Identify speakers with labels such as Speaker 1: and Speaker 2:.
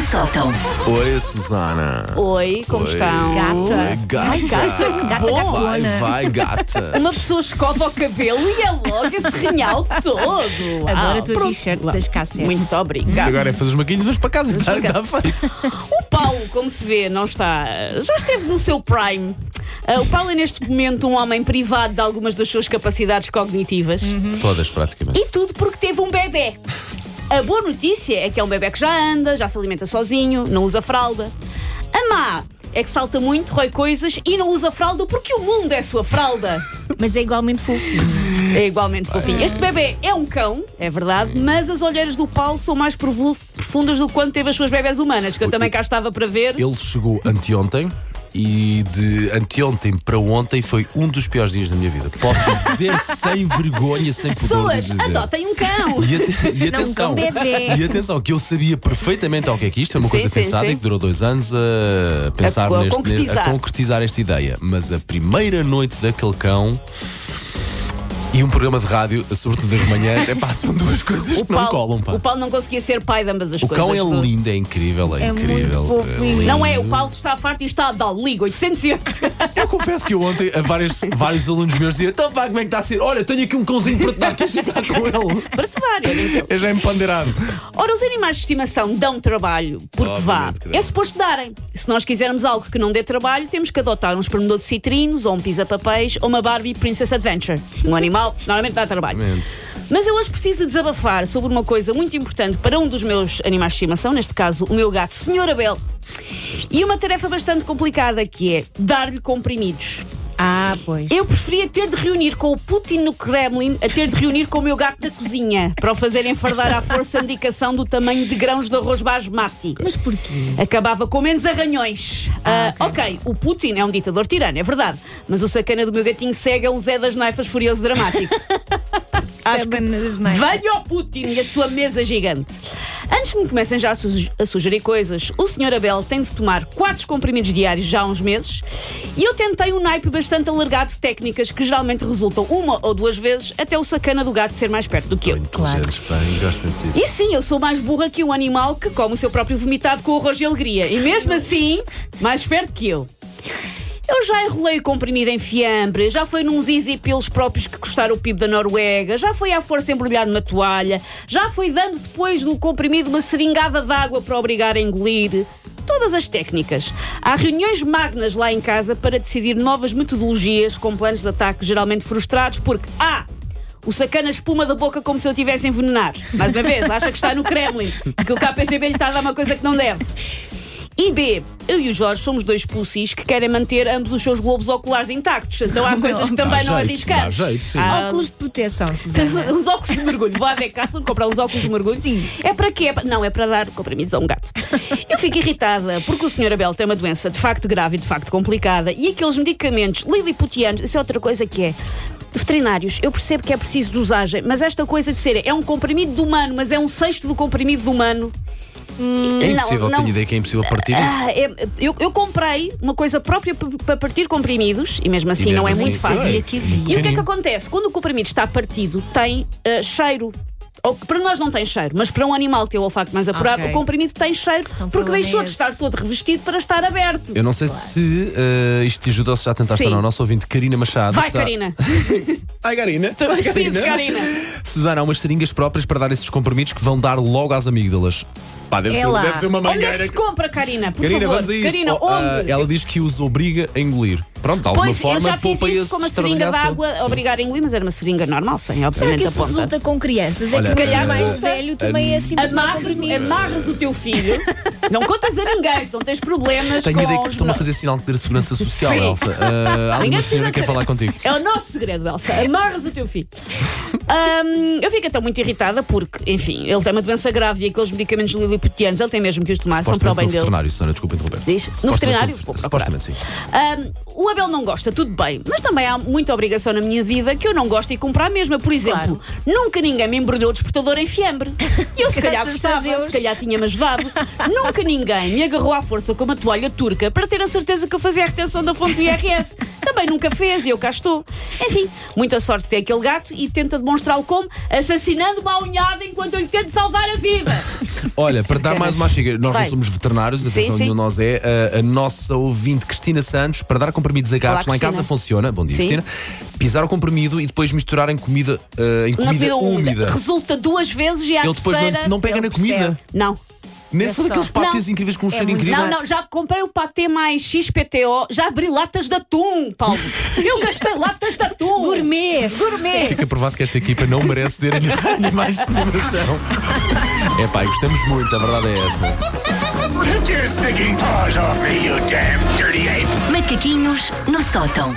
Speaker 1: sótão.
Speaker 2: Oi, Susana.
Speaker 3: Oi, como
Speaker 2: Oi.
Speaker 3: estão?
Speaker 2: Ai,
Speaker 4: Gata.
Speaker 2: gata.
Speaker 4: Ai, gata. Gata
Speaker 2: Vai,
Speaker 4: gatona.
Speaker 2: vai, gata.
Speaker 3: Uma pessoa escova o cabelo e é logo esse renhal todo. Ah,
Speaker 4: Adoro a tua
Speaker 3: pronto.
Speaker 4: t-shirt das cassetes.
Speaker 3: Muito obrigada.
Speaker 2: Agora é fazer os maquinhos, vamos para casa, está
Speaker 3: para casa.
Speaker 2: feito.
Speaker 3: O Paulo, como se vê, não está. Já esteve no seu prime. Ah, o Paulo é neste momento um homem privado de algumas das suas capacidades cognitivas.
Speaker 4: Uhum.
Speaker 2: Todas, praticamente.
Speaker 3: E tudo porque teve um bebê. A boa notícia é que é um bebê que já anda, já se alimenta sozinho, não usa fralda. A má é que salta muito, rói coisas e não usa fralda porque o mundo é sua fralda.
Speaker 4: Mas é igualmente fofinho.
Speaker 3: É igualmente fofinho. Este bebê é um cão, é verdade, mas as olheiras do Paulo são mais provu- profundas do que quando teve as suas bebés humanas, que eu também cá estava para ver.
Speaker 2: Ele chegou anteontem e de anteontem para ontem foi um dos piores dias da minha vida. Posso dizer sem vergonha, sem pudor de
Speaker 3: Pessoas,
Speaker 2: dizer.
Speaker 3: adotem um cão!
Speaker 2: E, ate- e
Speaker 4: Não
Speaker 3: um
Speaker 2: atenção,
Speaker 4: são bebê.
Speaker 2: e atenção, que eu sabia perfeitamente ao que é que isto foi uma
Speaker 3: Sim,
Speaker 2: coisa
Speaker 3: sim,
Speaker 2: pensada
Speaker 3: sim.
Speaker 2: e que durou dois anos a pensar
Speaker 3: A- a
Speaker 2: neste,
Speaker 3: concretizar.
Speaker 2: a concretizar esta ideia. Mas a primeira noite daquele cão e um programa de rádio, sobretudo das manhãs, é pá, são duas coisas que não colam, pá.
Speaker 3: o Paulo não conseguia ser pai de ambas as
Speaker 2: O
Speaker 3: coisas.
Speaker 2: cão é
Speaker 3: do-
Speaker 2: lindo, é incrível, é,
Speaker 4: É
Speaker 2: incrível.
Speaker 4: muito fofinho.
Speaker 2: lindo.
Speaker 3: Não é, o Paulo está farto e está a dar liga 808.
Speaker 2: Eu confesso que eu ontem a vários, vários alunos meus diziam: então pá, como é que está a ser? Olha, tenho aqui um cãozinho para te dar, queres ficar com ele?
Speaker 3: Para te dar, olha, então.
Speaker 2: Eu já me pandeirado.
Speaker 3: Ora, os animais de estimação dão trabalho, porque vá.
Speaker 2: Obviamente que dão.
Speaker 3: É suposto darem. Se nós quisermos algo que não dê trabalho, temos que adotar um espremedor de citrinos, ou um pisa-papéis, ou uma Barbie Princess Adventure. Um animal normalmente dá trabalho.
Speaker 2: Obviamente.
Speaker 3: Mas eu hoje preciso desabafar sobre uma coisa muito importante para um dos meus animais de estimação, neste caso o meu gato, Sr. Abel. E uma tarefa bastante complicada que é dar-lhe comprimidos.
Speaker 4: Ah, pois.
Speaker 3: Eu preferia ter de reunir com o Putin no Kremlin a ter de reunir com o meu gato na cozinha para o fazerem fardar à força a indicação do tamanho de grãos de arroz basmati.
Speaker 4: Mas porquê?
Speaker 3: Acabava com menos arranhões. Ah, ok, o Putin é um ditador tirano, é verdade. Mas o sacana do meu gatinho cego é o Zé das Naifas Furioso Dramático. Acho que
Speaker 4: Bananas mãe.
Speaker 3: Venha o Putin e a sua mesa gigante. Antes que me comecem já a, suge- a sugerir coisas, o Sr. Abel tem de tomar quatro comprimidos diários já há uns meses e eu tentei um naipe bastante alargado de técnicas que geralmente resultam uma ou duas vezes até o sacana do gato ser mais perto do que eu.
Speaker 2: Inteligentes, pá, eu gosto tanto disso.
Speaker 3: E sim, eu sou mais burra que um animal que come o seu próprio vomitado com arroz e alegria. E mesmo assim, mais esperto que eu. Eu já enrolei o comprimido em fiambre, já foi num easy pelos próprios que custaram o PIB da Noruega, já foi à força embrulhado numa toalha, já foi dando depois do comprimido uma seringada de água para obrigar a engolir. Todas as técnicas. Há reuniões magnas lá em casa para decidir novas metodologias com planos de ataque geralmente frustrados porque A. O sacana espuma da boca como se eu tivesse a envenenar. Mais uma vez, acha que está no Kremlin, que o KPGB lhe está a dar uma coisa que não deve. E B, eu e o Jorge somos dois pussies que querem manter ambos os seus globos oculares intactos. Então há coisas que também
Speaker 2: Dá
Speaker 3: não
Speaker 2: jeito, dá
Speaker 3: arriscamos.
Speaker 2: jeito, sim.
Speaker 3: Há-
Speaker 4: Óculos de proteção, Suzana.
Speaker 3: os óculos de mergulho. Vou à Decathlon comprar uns óculos de mergulho. Sim. É para quê? É pa- Não, é para dar comprimidos a um gato. Eu fico irritada porque o Sr. Abel tem uma doença de facto grave e de facto complicada e aqueles medicamentos liliputianos, isso é outra coisa que é. Veterinários, eu percebo que é preciso dosagem, mas esta coisa de ser é um comprimido de humano, mas é um sexto do comprimido de humano.
Speaker 2: É
Speaker 3: Não,
Speaker 2: impossível,
Speaker 3: não.
Speaker 2: tenho ideia que é impossível partir isso.
Speaker 3: Ah, é- eu, eu comprei uma coisa própria p- para partir comprimidos e mesmo assim
Speaker 2: E mesmo
Speaker 3: não é
Speaker 2: assim,
Speaker 3: muito fácil.
Speaker 4: Fazia que havia.
Speaker 3: E o que é que
Speaker 2: Pequenino.
Speaker 3: acontece? Quando o comprimido está partido, tem ah, cheiro. Ou, para nós não tem cheiro, mas para um animal que tem o olfato mais apurado,
Speaker 4: Ok.
Speaker 3: o comprimido tem cheiro
Speaker 4: Então, o
Speaker 3: porque
Speaker 4: problema
Speaker 3: deixou
Speaker 4: é
Speaker 3: de
Speaker 4: esse.
Speaker 3: estar todo revestido para estar aberto.
Speaker 2: Eu não sei se eh, isto te ajuda ou se já tentaste
Speaker 3: Sim.
Speaker 2: ou não. O nosso ouvinte Karina Machado.
Speaker 3: Vai,
Speaker 2: está-
Speaker 3: Karina.
Speaker 2: Ai, Karina.
Speaker 3: Também preciso, Karina.
Speaker 2: Susana, há umas seringas próprias para dar esses comprimidos que vão dar logo às amígdalas. Pá, deve,
Speaker 4: É lá.
Speaker 2: uma
Speaker 3: Onde é que se compra, Karina? Por
Speaker 2: Karina,
Speaker 3: favor.
Speaker 2: vamos a isso.
Speaker 3: Karina,
Speaker 2: Oh, ah,
Speaker 3: onde?
Speaker 2: ela diz que os obriga a engolir. Pronto, de alguma
Speaker 3: pois,
Speaker 2: forma
Speaker 3: eu já fiz
Speaker 2: poupa
Speaker 3: isso
Speaker 2: esse
Speaker 3: com uma seringa de
Speaker 2: extravagança.
Speaker 3: água,
Speaker 2: Sim.
Speaker 3: obrigar a engolir, mas era uma seringa normal, sem
Speaker 4: Será que
Speaker 3: obviamente a
Speaker 4: isso
Speaker 3: ponta.
Speaker 4: resulta com crianças? É
Speaker 2: Olha,
Speaker 4: que o
Speaker 2: se
Speaker 4: filho mais
Speaker 2: calhar-
Speaker 4: velho também é assim para tomar
Speaker 3: Amarras,
Speaker 4: comprimidos.
Speaker 3: amarras o teu filho, não contas a ninguém se não tens problemas
Speaker 2: Tenho
Speaker 3: com
Speaker 2: ideia que
Speaker 3: os
Speaker 2: estão a fazer sinal de segurança social,
Speaker 3: Sim.
Speaker 2: Elsa. Ah, há
Speaker 3: Ninguém
Speaker 2: alguma senhora
Speaker 3: precisa
Speaker 2: que quer
Speaker 3: saber.
Speaker 2: falar contigo.
Speaker 3: É o nosso segredo, Elsa. Amarras o teu filho. Hum, eu fico então muito irritada porque, enfim, ele tem uma doença grave e aqueles medicamentos liliputianos ele tem mesmo que os tomar, são para o
Speaker 2: Supostamente
Speaker 3: bem
Speaker 2: no
Speaker 3: dele.
Speaker 2: veterinário, Susana, desculpa interromper.
Speaker 3: Diz? No veterinário? Vou procurar.
Speaker 2: Supostamente, sim.
Speaker 3: Hum, o Abel não gosta, tudo bem, mas também há muita obrigação na minha vida que eu não gosto e comprar a mesma. Por exemplo, nunca ninguém me embrulhou o despertador em fiambre. E Eu se calhar
Speaker 4: Graças a
Speaker 3: gostava,
Speaker 4: Deus.
Speaker 3: se calhar tinha-me ajudado. nunca ninguém me agarrou à força com uma toalha turca para ter a certeza que eu fazia a retenção da fonte do IRS. Também nunca fez e eu cá estou. Enfim, muita sorte tem aquele gato e tenta demonstrá-lo como assassinando uma unhada enquanto eu lhe tento salvar a vida.
Speaker 2: Olha, para dar mais uma chega, nós
Speaker 3: Vai.
Speaker 2: não somos veterinários, atenção,
Speaker 3: sim.
Speaker 2: nenhum de nós é. A, a nossa ouvinte Cristina Santos, para dar comprimidos a gatos lá em
Speaker 3: Cristina.
Speaker 2: casa funciona, bom dia
Speaker 3: Sim.
Speaker 2: Cristina, pisar o comprimido e depois misturar em comida, eh, em
Speaker 3: Uma
Speaker 2: comida úmida.
Speaker 3: um Resulta duas vezes e à
Speaker 2: Ele depois
Speaker 3: terceira.
Speaker 2: não, não pega
Speaker 4: ele
Speaker 2: na comida.
Speaker 4: percebe.
Speaker 3: Não.
Speaker 2: Nem
Speaker 4: É
Speaker 2: são daqueles
Speaker 4: só-
Speaker 2: patês
Speaker 3: Não.
Speaker 2: incríveis com um
Speaker 4: É
Speaker 2: cheiro
Speaker 4: muito
Speaker 2: incrível.
Speaker 3: Não, não, já comprei o patê mais XPTO, já abri latas de atum, Paulo. Eu gastei latas de atum.
Speaker 4: Gourmet. Gourmet.
Speaker 2: Fica provado que esta equipa não merece ter animais de estimação. É pá, gostamos muito, a verdade é essa.
Speaker 1: Take your stinking paws off me, you damn dirty ape!
Speaker 5: Macaquinhos no sótão.